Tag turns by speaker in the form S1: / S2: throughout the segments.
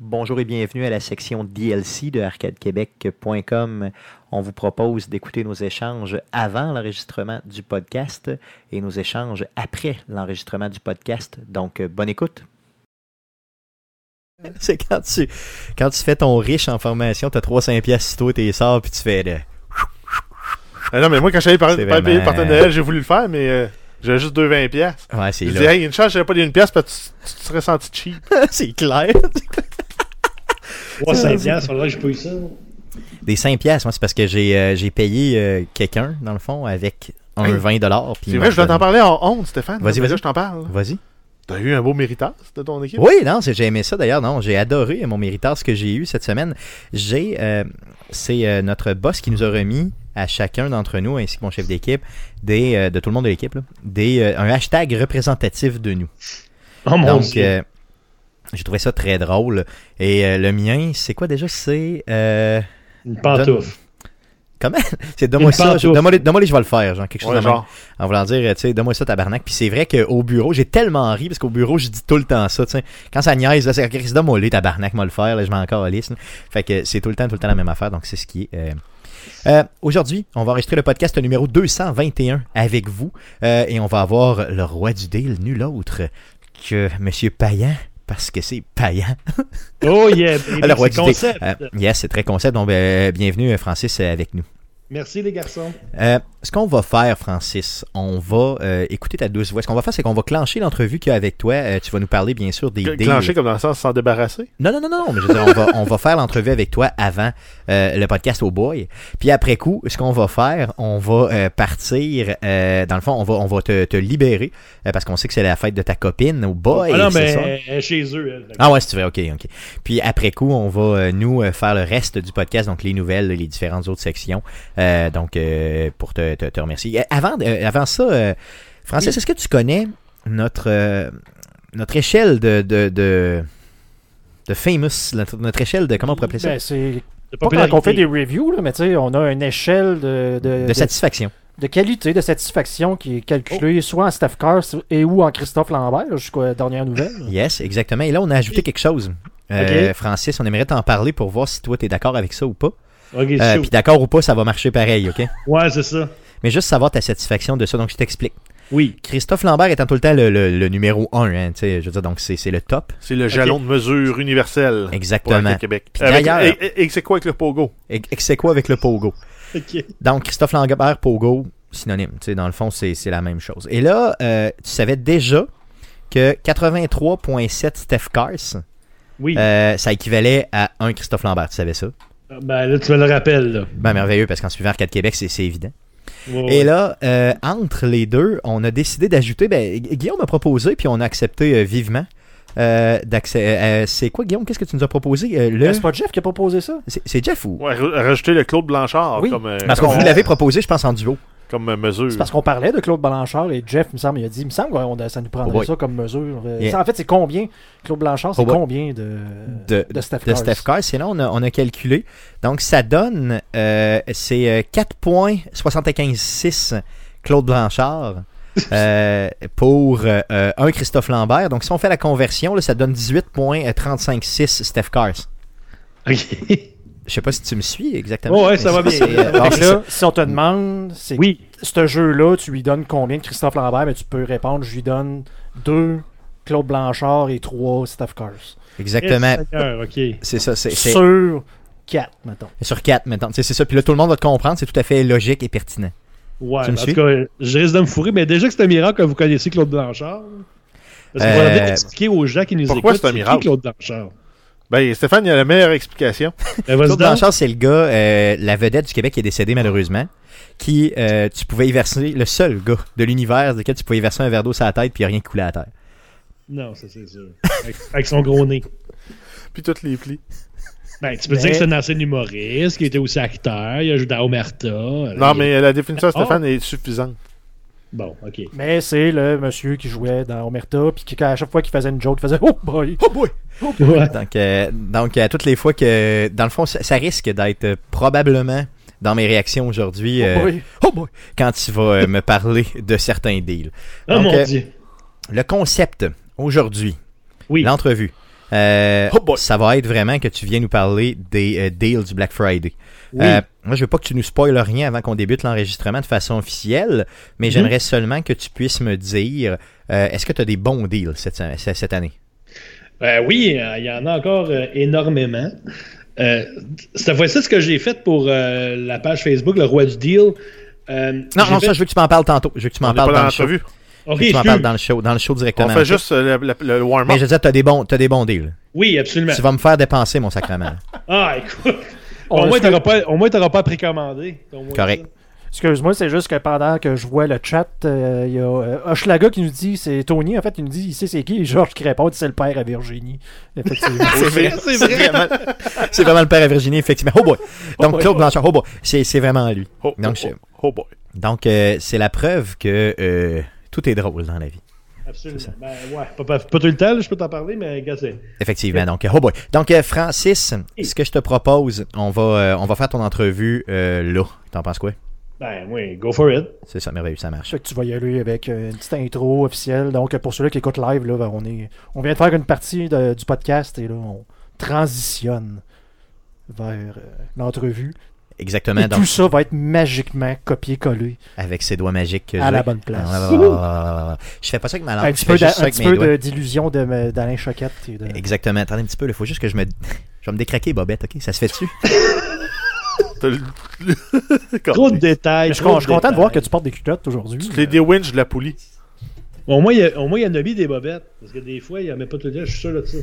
S1: Bonjour et bienvenue à la section DLC de arcadequebec.com. On vous propose d'écouter nos échanges avant l'enregistrement du podcast et nos échanges après l'enregistrement du podcast. Donc, euh, bonne écoute.
S2: C'est quand tu, quand tu fais ton riche en formation, t'as 300 pièces si toi t'es sort, puis tu fais le...
S3: Ah non, mais moi, quand j'avais parlé
S2: C'est
S3: de pas payer
S2: vraiment-
S3: par Noël, j'ai voulu le faire, mais euh, j'avais juste deux 20$. piastres.
S2: Ouais, c'est
S3: Je
S2: là.
S3: disais, hey, une chance, j'avais pas des 1$ piastre parce que tu, tu te serais senti cheap.
S2: c'est clair.
S4: Moi, 5 piastres, faudrait que je paye ça.
S2: Oh Des 5 pièces, moi, c'est parce que j'ai euh, j'ai payé euh, quelqu'un, dans le fond, avec un
S3: Hey.
S2: 20 dollars.
S3: C'est vrai, je voulais t'en parler en honte, Stéphane.
S2: Vas-y,
S3: Mais là,
S2: vas-y.
S3: je t'en parle.
S2: Vas-y.
S3: T'as eu un beau méritage de ton équipe.
S2: Oui, non, c'est- j'ai aimé ça d'ailleurs. Non, j'ai adoré mon méritage que j'ai eu cette semaine. J'ai, euh, c'est euh, notre boss qui nous a remis à chacun d'entre nous ainsi que mon chef d'équipe, des, euh, de tout le monde de l'équipe, là, des, euh, un hashtag représentatif de nous.
S4: Oh mon
S2: Donc,
S4: dieu.
S2: euh, j'ai trouvé ça très drôle. Et euh, le mien, c'est quoi déjà C'est euh,
S4: Une pantoufle.
S2: c'est donne-moi
S4: Une
S2: ça, je-
S4: pantoufle.
S2: donne-moi les- donne-moi les, je vais le faire, genre quelque chose
S3: Ouais,
S2: de même.
S3: genre.
S2: En voulant dire, euh, tu sais, donne-moi ça, tabarnak. Puis c'est vrai qu'au bureau, j'ai tellement ri, parce qu'au bureau, je dis tout le temps ça, tu sais. Quand ça niaise, là, c'est Chris, donne-moi les tabarnak, moi le faire, là, je m'en calisse. là. Fait que c'est tout le temps, tout le temps la même affaire, donc c'est ce qui est. euh. Euh, Aujourd'hui, on va enregistrer le podcast numéro 221 avec vous, euh, et on va avoir le roi du deal, nul autre que Monsieur Payan, parce que c'est Payan.
S4: Oh yeah, baby,
S2: Alors, ouais,
S4: c'est
S2: tu dis-
S4: concept.
S2: Euh, yes, c'est très concept. Donc, ben, bienvenue, euh, Francis, euh, avec nous.
S4: Merci les garçons.
S2: Euh, ce qu'on va faire, Francis, on va euh, écouter ta douce voix. Ce qu'on va faire, c'est qu'on va clencher l'entrevue qu'il y a avec toi. Euh, tu vas nous parler, bien sûr, des
S3: Cl-
S2: deals.
S3: Clenché comme dans le sens s'en débarrasser.
S2: Non, non, non, non, non, mais je veux dire, on, va, on va faire l'entrevue avec toi avant euh, le podcast au boy. Puis après coup, ce qu'on va faire, on va euh, partir, euh, dans le fond, on va, on va te, te libérer euh, parce qu'on sait que c'est la fête de ta copine au boy.
S4: ah non,
S2: c'est
S4: mais
S2: ça?
S4: elle est chez eux, elle.
S2: Ah ouais, c'est vrai, ok, ok. Puis après coup, on va euh, nous euh, faire le reste du podcast, donc les nouvelles, les différentes autres sections. Euh, donc euh, pour te, te, te remercier. Euh, avant, euh, avant ça, euh, Francis, est-ce que tu connais notre euh, notre échelle de de, de de famous, notre, notre échelle de comment on pourrait appeler ça
S5: Ben, c'est
S4: De
S5: pas quand on fait
S4: popularité.
S5: des reviews, là, mais tu sais, on a une échelle de, de,
S2: de
S5: de-
S2: satisfaction.
S5: de qualité, de satisfaction qui est calculée
S2: Oh.
S5: soit en Steph Kerr so- et ou en Christophe Lambert, jusqu'à dernière nouvelle.
S2: Yes, exactement. Et là, on a ajouté quelque chose. Euh, Francis, on aimerait t'en parler pour voir si toi t'es d'accord avec ça ou pas.
S4: Ok,
S2: Euh,
S4: shoot.
S2: Puis d'accord ou pas, ça va marcher pareil, ok?
S4: Ouais, c'est ça.
S2: Mais juste savoir ta satisfaction de ça, donc je t'explique.
S4: Oui.
S2: Christophe Lambert étant tout le temps le, le- le numéro 1, hein, tu sais, je veux dire, donc c'est c'est le top.
S3: C'est le jalon de mesure universel pour
S2: Exactement.
S3: le Québec.
S2: Puis
S3: Avec-
S2: d'ailleurs-
S3: Et et- et c'est quoi avec le pogo?
S2: Et, et c'est quoi avec le pogo?
S4: Ok.
S2: Donc, Christophe Lambert, pogo, synonyme. Tu sais, dans le fond, c'est c'est la même chose. Et là, euh, tu savais déjà que 83.7 Steph Cars,
S4: Oui.
S2: euh, ça équivalait à un Christophe Lambert. Tu savais ça?
S4: Ben là, tu me le rappelles, là.
S2: Ben, merveilleux, parce qu'en suivant Arcade Québec, c'est c'est évident.
S4: Ouais, ouais.
S2: Et là, euh, entre les deux, on a décidé d'ajouter. Ben, Gu- Guillaume m'a proposé, puis on a accepté euh, vivement. euh, d'accé- euh, c'est quoi, Guillaume Qu'est-ce que tu nous as proposé Euh, le...
S5: Mais Ben, C'est pas Jeff qui a proposé ça?
S2: C'est c'est Jeff ou
S3: Ouais, ra- rajouter le Claude Blanchard
S5: Oui,
S3: comme, euh,
S2: Parce que
S3: comme,
S2: vous l'avez proposé, je pense, en duo.
S3: comme, euh, mesure.
S5: C'est parce qu'on parlait de Claude Blanchard et Jeff, il me semble, il a dit, il me semble que ça nous prendrait
S2: Oh boy.
S5: ça comme mesure. Euh,
S2: Yeah.
S5: ça, En fait, c'est combien? Claude Blanchard, c'est
S2: Oh boy.
S5: combien Euh, de,
S2: De-
S5: Steph
S2: De
S5: Curry?
S2: Steph Carr, c'est là, on a, on a calculé. Donc, ça donne, euh, c'est euh, 4.756 Claude Blanchard euh, pour euh, euh, un Christophe Lambert. Donc, si on fait la conversion, là, ça donne 18.356 Steph Carr.
S4: Ok.
S2: Je sais pas si tu me suis exactement.
S4: Ouais, ouais, ça va bien.
S2: C'est, euh, bon,
S5: Fait
S2: c'est
S5: que
S2: ça.
S5: là, si on te demande, c'est
S4: Oui.
S5: ce jeu-là, tu lui donnes combien de Christophe Lambert, mais tu peux répondre, je lui donne deux Claude Blanchard et trois Steph Curse.
S2: Exactement.
S4: Yes, Seigneur, ok.
S2: C'est ça, c'est c'est-
S5: Sur quatre, mettons.
S2: sur 4 maintenant. Tu sais, C'est ça. Puis là, tout le monde va te comprendre. C'est tout à fait logique et pertinent.
S4: Ouais,
S2: Tu me
S4: en
S2: suis?
S4: tout cas, je risque de me fourrer, mais déjà que c'est un miracle que vous connaissiez Claude Blanchard. Parce qu'on
S2: Euh,
S4: va bien expliquer aux gens qui nous
S3: pourquoi
S4: écoutent
S3: c'est un
S4: qui
S3: miracle?
S4: Claude Blanchard.
S3: Ben, Stéphane, il a la meilleure explication.
S4: Ben, vas-y
S2: Claude
S4: donc.
S2: Blanchard, c'est le gars, euh, la vedette du Québec qui est décédé malheureusement, qui euh, tu pouvais y verser, le seul gars de l'univers duquel tu pouvais y verser un verre d'eau sur la tête puis il y a rien qui coulait à terre.
S4: Non, ça c'est sûr. Avec, avec son gros nez.
S3: Puis tous les plis.
S4: Ben, tu peux
S5: Mais-
S4: dire que c'est un ancien humoriste, qui était aussi acteur, il a joué dans Omerta.
S3: Non,
S4: Il-
S3: mais euh, la définition de Stéphane est suffisante.
S4: Bon, ok.
S5: Mais c'est le monsieur qui jouait dans Omerta, puis qui, à chaque fois qu'il faisait une joke, il faisait Oh boy!
S2: Oh boy!
S4: Ouais.
S2: Donc, euh, donc à toutes les fois que, dans le fond, ça, ça risque d'être euh, probablement dans mes réactions aujourd'hui
S5: Oh
S2: euh,
S5: boy!
S2: oh boy, quand tu vas euh, me parler de certains deals.
S4: Oh
S2: Donc,
S4: mon
S2: euh,
S4: dieu.
S2: Le concept aujourd'hui,
S4: Oui.
S2: l'entrevue, Euh,
S3: Oh boy.
S2: ça va être vraiment que tu viennes nous parler des euh, deals du Black Friday.
S4: Oui.
S2: Euh, moi, je veux pas que tu nous spoiles rien avant qu'on débute l'enregistrement de façon officielle, mais j'aimerais
S3: Mhm.
S2: seulement que tu puisses me dire euh, est-ce que tu as des bons deals cette, se- cette année
S4: Euh, oui, euh, il y en a encore euh, énormément. Euh, cette fois-ci, ce que j'ai fait pour euh, la page Facebook, le roi du deal. euh,
S2: Non,
S4: j'ai
S2: non,
S4: fait-
S2: ça, je veux que tu m'en parles tantôt. Je veux que tu
S3: On
S2: m'en
S3: n'est pas
S2: parles
S3: dans
S2: dans le show.
S3: l'entrevue.
S4: Ok,
S2: Je veux que tu m'en
S4: excuse.
S2: parles dans le show, dans le show
S3: On
S2: directement.
S3: fait juste euh, la- la- le
S2: Mais
S3: warm-up.
S2: je veux dire, tu as, des bons deals.
S4: Oui, absolument.
S2: Tu vas me faire dépenser mon sacrement.
S4: Ah, écoute.
S5: On
S4: Au moins,
S5: le
S4: t'auras pas, au moins, t'auras pas à précommander. Au moins
S2: Correct.
S5: Excuse-moi, c'est juste que pendant que je vois le chat, euh, il y a euh, Hochelaga qui nous dit c'est Tony, en fait, il nous dit il sait c'est qui, et Georges qui répond c'est le père à Virginie. Effectivement.
S4: ça. C'est vrai, c'est vrai.
S2: Vraiment- c'est vraiment le père à Virginie, effectivement. Oh boy. Donc, Claude Blanchard, oh boy. C'est c'est vraiment lui.
S3: Oh,
S2: Donc,
S3: oh,
S2: je-
S3: oh, oh boy.
S2: Donc, euh, c'est la preuve que euh, tout est drôle dans la vie.
S4: Absolument. Ben, ouais, pas, pas- pas tout le temps, là, je peux t'en parler, mais gars, c'est.
S2: Effectivement. Donc, oh boy. Donc, euh, Francis, ce que je te propose, on va, euh, on va faire ton entrevue euh, là. T'en penses quoi?
S4: Ben oui, go for it.
S2: C'est ça, merveilleux, ça marche.
S5: Je sais que tu vas y aller avec euh, une petite intro officielle. Donc, pour ceux-là qui écoutent live, là, ben, on, est, on vient de faire une partie de- du podcast et là, on transitionne vers euh, l'entrevue.
S2: Exactement.
S5: Et
S2: Ah, Donc,
S5: tout ça va être magiquement copié-collé
S2: avec ses doigts magiques. que
S5: à
S2: j'ai.
S5: la bonne place.
S2: Ah, ah, ah, ah, ah. Je fais pas ça avec ma langue.
S5: un
S2: je
S5: petit
S2: fais
S5: peu d'a-
S2: juste ça
S5: un
S2: avec
S5: petit
S2: mes
S5: peu
S2: doigts.
S5: de- d'illusion de me- d'Alain Choquette. et de-
S2: Exactement. Attendez un petit peu, il faut juste que je me. Je vais me décraquer, Bobette, ok? Ça se fait dessus.
S3: T'as le-
S4: Trop de détails.
S5: Mais je, suis
S4: trop
S5: con- je suis content de voir que
S4: détails.
S5: tu portes des culottes aujourd'hui.
S3: Tu les déwinches de la poulie.
S4: Au moins, il y a, au moins, il y en a mis des bobettes. Parce que des fois, il n'y en met pas tout le temps, je suis sûr de ça.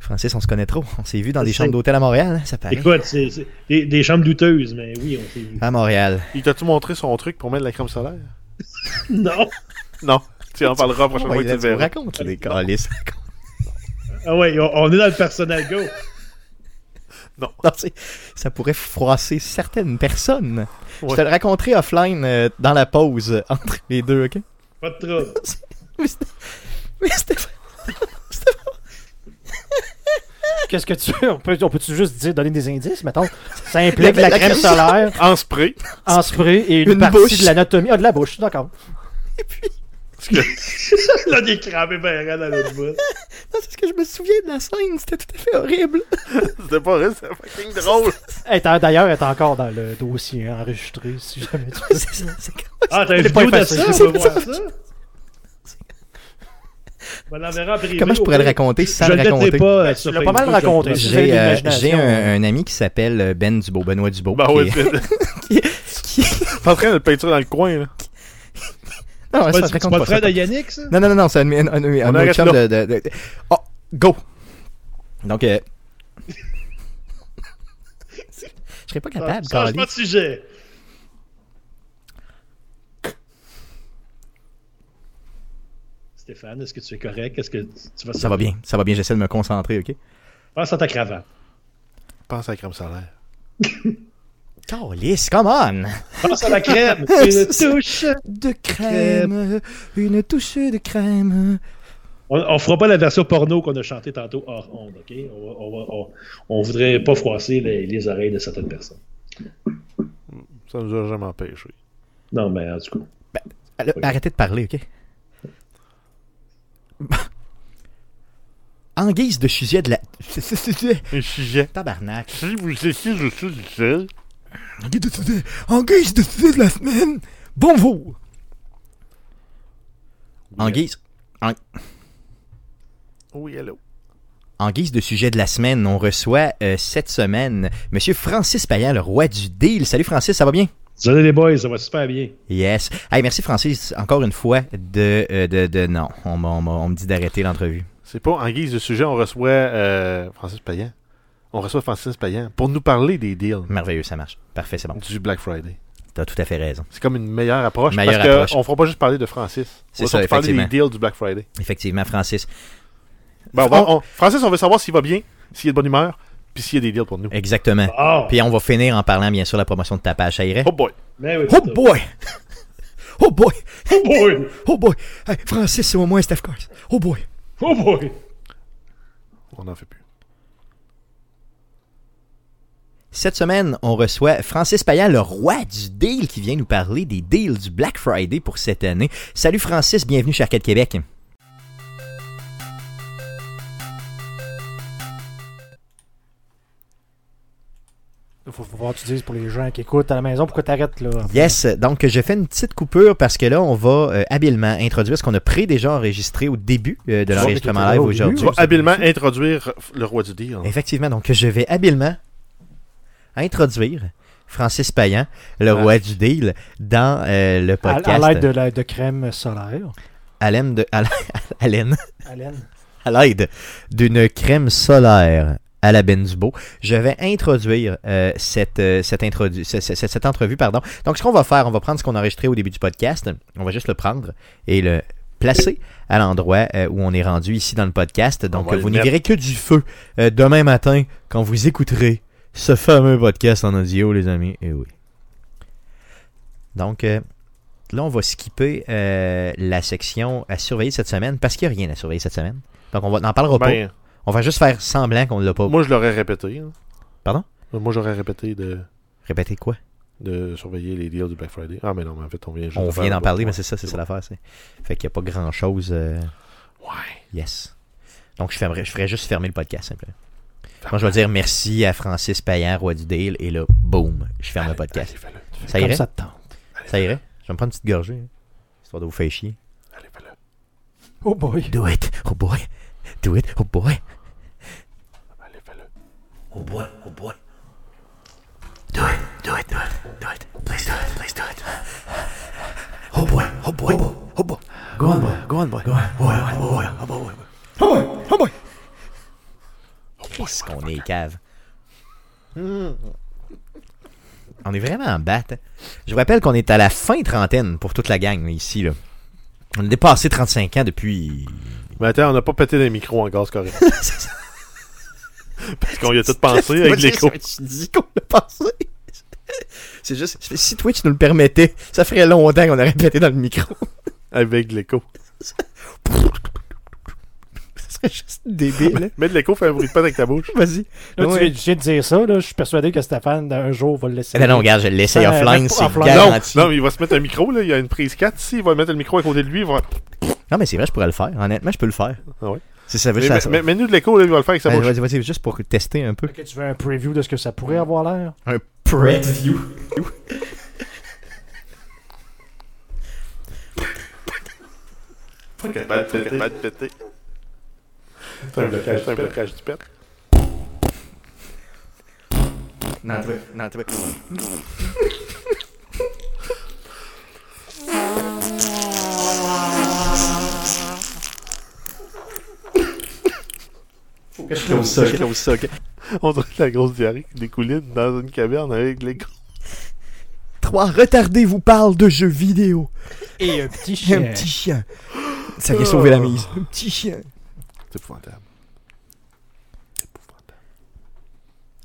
S2: Francis, on se connaît trop. On s'est vu dans des
S4: C'est-
S2: chambres d'hôtel à Montréal, hein, ça
S5: Ah.
S2: paraît.
S4: Écoute, c'est c'est des, des chambres douteuses, mais oui, on s'est vu.
S2: À Montréal.
S3: Il t'a-tu montré son truc pour mettre de la crème solaire?
S4: Non!
S3: Non. Tu en parleras la
S5: Ah
S3: prochaine
S2: Ouais,
S3: fois que tu
S2: là,
S3: le
S2: tu me
S3: verras.
S2: racontes, les calices.
S4: Ah ouais, on, on est dans le personnel go.
S2: Non, tu sais, ça pourrait froisser certaines personnes. Je
S3: Ouais.
S2: te le raconterai offline euh, dans la pause euh, entre les deux, ok?
S4: Pas de trouble.
S2: Mais c'était- mais c'était-
S5: Qu'est-ce que tu On peut- on peut-tu juste dire, donner des indices, mettons? Ça
S2: Il y
S5: implique
S2: avait
S5: la
S2: la
S5: crème
S2: crème
S5: solaire
S3: En spray.
S5: en spray et une,
S2: Une
S5: partie
S2: bouche.
S5: de l'anatomie. Ah, de la bouche, d'accord.
S4: Là, il est crampé par dans l'autre bout.
S2: Non, c'est ce que je me souviens de la scène, c'était tout à fait horrible.
S3: C'était pas vrai, c'était fucking drôle.
S5: Elle est en- D'ailleurs, elle est encore dans le dossier enregistré, si jamais tu veux.
S2: C'est ça, c'est comme-
S4: Ah, t'as une
S5: l'ai pas
S4: vidéo de
S5: effacé.
S4: ça, on peut voir ça? On l'enverra en privé.
S2: Comment je pourrais le raconter sans
S4: Je
S2: le
S4: le mettrai
S2: raconter?
S4: pas euh, sur
S5: l'as pas
S4: Facebook,
S5: mal
S4: je le
S5: raconté,
S4: promets.
S5: c'est-
S2: J'ai,
S5: J'ai
S2: euh,
S5: l'imagination.
S2: j'ai un, un ami qui s'appelle Ben Dubo, Benoît Dubo.
S3: Bah
S2: qui
S3: ouais,
S2: est-
S3: t'es
S2: Qui-
S3: T'es en train de le peinturer dans le coin, là.
S2: Non, ça,
S4: Pas-
S2: je
S4: C'est
S2: raconte
S4: pas
S2: pas
S4: le
S2: ça.
S4: frère de Yannick, ça?
S2: Non, non, non, non, c'est un, un, un, un
S3: On
S2: autre
S3: arrête
S2: chum
S3: là.
S2: de, de- de- Oh, go! Donc, euh... Je serais pas capable,
S4: Ah, Change
S2: Carly.
S4: pas de sujet. Stéphane, est-ce que tu es correct? Est-ce que tu- tu vas
S2: Ça va bien, ça va bien, j'essaie de me concentrer, ok?
S4: Pense à ta cravate.
S3: Pense à la crème solaire.
S2: Carlis, come on!
S4: Pense à la crème. Une touche.
S2: De crème, une touche de crème.
S4: On, on fera pas la version porno qu'on a chantée tantôt hors onde, OK? On, va- on, va- on- on voudrait pas froisser les, les oreilles de certaines personnes.
S3: Ça nous a jamais empêché.
S4: Non, mais en tout cas.
S2: Alors, Ah, Arrêtez de parler, ok? En guise de sujet de la.
S3: Un sujet.
S2: Tabarnak.
S3: Si vous étiez je suis du sel,
S2: En guise de sujet- En guise de sujet de la semaine, bonjour! En guise.
S3: Oui, allô.
S2: En guise de sujet de la semaine, on reçoit euh, cette semaine Monsieur Francis Payan, le roi du deal. Salut Francis, ça va bien?
S4: Désolé les boys, ça va super bien.
S2: Yes. Hey, merci Francis, encore une fois, de... euh, de, de non, on, m'a- on m'a- on me dit d'arrêter l'entrevue.
S3: C'est pas en guise de sujet, on reçoit euh, Francis Payan. On reçoit Francis Payan pour nous parler des deals
S2: Merveilleux, ça marche. Parfait, c'est bon.
S3: du Black Friday.
S2: T'as tout à fait raison.
S3: C'est comme une meilleure approche
S2: Meilleure
S3: parce
S2: approche.
S3: qu'on fera pas juste parler de Francis.
S2: C'est
S3: on va
S2: ça,
S3: surtout parler des
S2: effectivement.
S3: deals du Black Friday.
S2: Effectivement, Francis.
S3: Ben, on va- on- Francis, on veut savoir s'il va bien, s'il est de bonne humeur, puis s'il y a des deals pour nous.
S2: Eh. Exactement.
S4: Ah!
S2: Puis on va finir en parlant, bien sûr, de la promotion de ta page, ça irait?
S3: Oh boy!
S4: Mais oui,
S2: Oh
S4: putain.
S2: boy! Oh boy!
S4: Oh boy!
S2: Oh boy! Hey, Francis, c'est au moins Steph Cars. Oh boy!
S4: Oh boy!
S3: On n'en fait plus.
S2: Cette semaine, on reçoit Francis Payan, le roi du deal, qui vient nous parler des deals du Black Friday pour cette année. Salut Francis, bienvenue chez Arcade Québec.
S5: faut, faut voir, tu dises pour les gens qui écoutent à la maison, pourquoi t'arrêtes là?
S2: Yes, donc j'ai fait une petite coupure parce que là, on va euh, habilement introduire ce qu'on a pré déjà enregistré au début euh, de
S5: Tu vois,
S2: l'enregistrement
S5: mais
S2: live
S5: tout est là au
S2: aujourd'hui.
S5: début,
S3: Tu vas habilement introduire le roi du deal.
S2: Effectivement, donc je vais habilement introduire Francis Payan, le
S3: Ah.
S2: roi du deal, dans euh, le
S5: À, à
S2: podcast.
S5: l'aide de, la- de crème solaire.
S2: À l'aide de... à la- à l'aide-
S5: Alain.
S2: à l'aide d'une crème solaire à la Benzubo, je vais introduire euh, cette, euh, cette, introdu- ce- ce- ce- cette entrevue. Pardon. Donc, ce qu'on va faire, on va prendre ce qu'on a enregistré au début du podcast, on va juste le prendre et le placer à l'endroit euh, où on est rendu ici dans le podcast.
S3: On
S2: Donc,
S3: va
S2: euh,
S3: le
S2: vous n'y
S3: mettre.
S2: verrez que du feu euh, demain matin quand vous écouterez ce fameux podcast en audio, les amis. Et oui. Donc, euh, là, on va skipper euh, la section à surveiller cette semaine parce qu'il n'y a rien à surveiller cette semaine. Donc, on va- n'en parlera pas.
S3: Ben,
S2: On va juste faire semblant qu'on ne l'a pas.
S3: moi, je l'aurais répété. hein.
S2: Oh. Pardon?
S3: Moi, j'aurais répété de,
S2: Répétez quoi
S3: de surveiller les deals du Black Friday. Ah, mais non, mais en fait, on vient juste
S2: On
S3: de
S2: vient
S3: faire-
S2: d'en parler,
S3: Ouais.
S2: mais c'est ça, c'est
S3: c'est
S2: ça l'affaire. c'est- Fait qu'il n'y a pas grand-chose. euh,
S3: Ouais.
S2: Yes. Donc, je, fermerai- je ferai juste fermer le podcast, simplement. Moi, je vais dire merci à Francis Payan, roi du deal, et là, boum, je ferme le podcast.
S3: Allez, fais-le.
S2: Ça
S5: Comme
S2: irait
S5: ça te tente.
S2: Ça irait Je vais me prendre une petite gorgée, hein, histoire de vous faire chier.
S3: Allez, fais-le.
S5: Oh boy.
S2: Do it, oh boy. Do it, oh boy.
S3: Allez, fais-le.
S2: Oh boy, oh boy. Do it, do it, do it, do it. Please do it, please do it. Oh boy, oh boy, oh boy. Go on, boy, go on, boy. Go on, boy, oh boy, oh boy. oh Qu'est-ce qu'on est cave. Hmm. On est vraiment en batte. Je vous rappelle qu'on est à la fin trentaine pour toute la gang ici. Là. On a dépassé 35 ans depuis.
S3: Mais attends, on n'a pas pété les micros en gaz correct. Parce qu'on y a tout pensé avec
S2: C'est
S3: l'écho.
S2: ça que tu dis qu'on l'a pensé. C'est juste, si Twitch nous le permettait, ça ferait longtemps qu'on aurait pété dans le micro.
S3: Avec l'écho.
S2: Ce serait juste débile.
S3: Mais de l'écho, fais un bruit de patte avec ta bouche.
S2: Vas-y.
S5: Là,
S2: Ouais. Eh ben
S5: tu viens de dire ça, là, je suis persuadé que Stéphane, un jour, va le laisser.
S2: Non, non, regarde, je l'ai essayé
S5: Ça,
S2: Euh, offline,
S5: même pas
S2: c'est
S5: offline.
S3: Non,
S2: garanti.
S3: non, mais il va se mettre un micro, là. Il y a une prise 4 ici. Il va mettre le micro à côté de lui. il va-
S2: Non, mais c'est vrai, je pourrais le faire. Honnêtement, je peux le faire.
S3: Ah ouais?
S2: Si ça veut
S3: Mais,
S2: ça-
S3: mais- mais- mets-nous de l'écho, là. Il va le faire avec sa
S2: Vas-y,
S3: bouche.
S2: vas-y, vas-y, juste pour tester un peu.
S5: Ok, tu veux un preview de ce que ça pourrait avoir l'air?
S2: Un preview.
S3: Pas de péter. Pas de péter. C'est un blocage, c'est un blocage du pet.
S2: Non, tu veux- non, tu veux- Faut que je close ça, je close ça, ok.
S3: On dirait la grosse diarrhée qui découlait dans une caverne avec l'écho.
S2: Trois retardés vous parlent de jeux vidéo.
S5: Et un petit
S2: Un
S5: chien.
S2: petit chien. Ça vient sauver la mise. Un petit chien.
S3: C'est épouvantable. C'est épouvantable.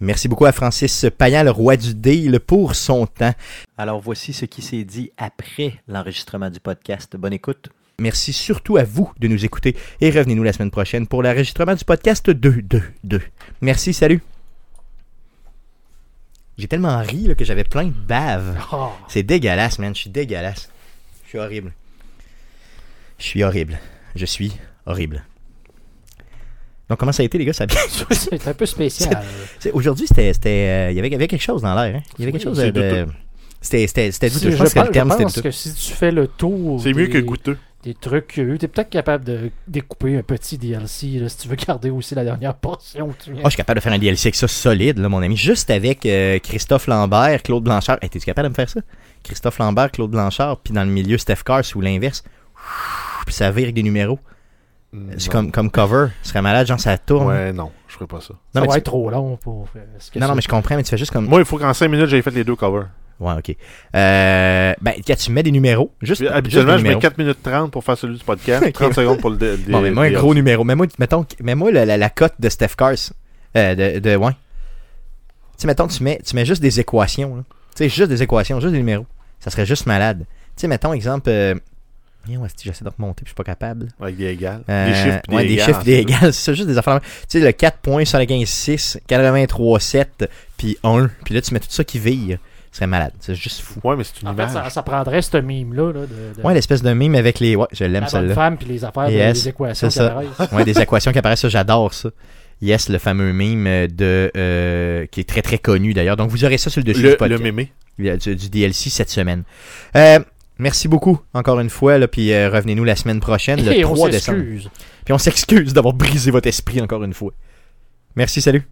S2: Merci beaucoup à Francis Payan, le roi du deal, pour son temps.
S1: Alors voici ce qui s'est dit après l'enregistrement du podcast. Bonne écoute.
S2: Merci surtout à vous de nous écouter et revenez-nous la semaine prochaine pour l'enregistrement du podcast 2, 2, 2. Merci, salut. J'ai tellement ri là, que j'avais plein de baves.
S5: Ah.
S2: C'est dégueulasse, man. Je suis dégueulasse. Je suis horrible. Je suis horrible. Je suis horrible. Donc, comment ça a été, les gars? Ça a bien...
S5: C'est un peu spécial.
S2: C'est- Aujourd'hui, c'était. c'était, euh, Il y, avait, il y avait quelque chose dans l'air. Hein? Il y avait quelque chose de.
S3: c'est
S2: de- C'était c'était- c'était
S5: Si-
S2: douteux. Je pense que
S5: pense-
S2: le terme, c'était
S5: pense
S2: douteux.
S5: que si tu fais le tour
S3: C'est mieux que
S5: des,
S3: goûteux.
S5: des trucs qu'il y a eu, t'es peut-être capable de découper un petit DLC là, si tu veux garder aussi la dernière portion. que tu viens.
S2: Oh, je suis capable de faire un DLC avec ça solide, là, mon ami. Juste avec euh, Christophe Lambert, Claude Blanchard. Hey, T'es-tu capable de me faire ça? Christophe Lambert, Claude Blanchard, puis dans le milieu, Steph Cars ou l'inverse. Puis ça vire avec des numéros. C'est comme, comme cover. Ce serait malade, genre ça tourne.
S3: Ouais, non, je ferais pas ça.
S5: ça
S2: non, mais
S5: va
S2: tu-
S5: être trop long pour euh, ce que
S2: non, non,
S5: ça-
S2: mais je comprends, mais tu fais juste comme.
S3: Mm. Moi, il faut qu'en 5 minutes, j'aie fait les deux covers.
S2: Ouais, ok. Euh, ben, quand tu mets des numéros, juste.
S3: Puis,
S2: juste des
S3: habituellement, je mets
S2: numéros.
S3: 4 minutes 30 pour faire celui du podcast,
S2: Ok.
S3: 30 secondes pour le. dé-
S2: Bon, mais
S3: dé-
S2: moi, un
S3: dé-
S2: gros numéro. Mets-moi, mettons, mets-moi la, la- la cote de Steph Cars. Euh, de, de, ouais. Tu sais, mettons, tu mets, tu mets juste des équations. là. Tu sais, juste des équations, juste des numéros. Ça serait juste malade. Tu sais, mettons, exemple. Euh... eh ouais, si j'essaie de remonter, puis je suis pas capable.
S3: Avec des égales.
S2: Euh,
S3: des chiffres puis
S2: ouais,
S3: des
S2: des
S3: égales.
S2: chiffres des égales. C'est ça, juste des affaires. Tu sais, le 4 points, 6, 83, 7, puis 1. Puis là, tu mets tout ça qui vire. Ce serait malade. C'est juste fou.
S3: Ouais, mais c'est une
S5: En fait,
S3: image.
S5: ça, ça prendrait ce mime-là là, de, de
S2: Ouais, l'espèce de mime avec les. Ouais, je l'aime
S5: la bonne
S2: celle-là.
S5: femme puis les affaires,
S2: Yes,
S5: des équations
S2: c'est ça.
S5: qui apparaissent.
S2: Ouais, des équations qui apparaissent, ça, j'adore ça. Yes, le fameux meme de, euh, qui est très très connu d'ailleurs. Donc vous aurez ça sur le dessus du
S3: Le, le
S2: podcast.
S3: mémé.
S2: Il y a du, du DLC cette semaine. Euh, merci beaucoup encore une fois, là, puis euh, revenez-nous la semaine prochaine, le
S5: Et on
S2: 3 décembre.
S5: s'excuse.
S2: Puis on s'excuse d'avoir brisé votre esprit encore une fois. Merci, salut.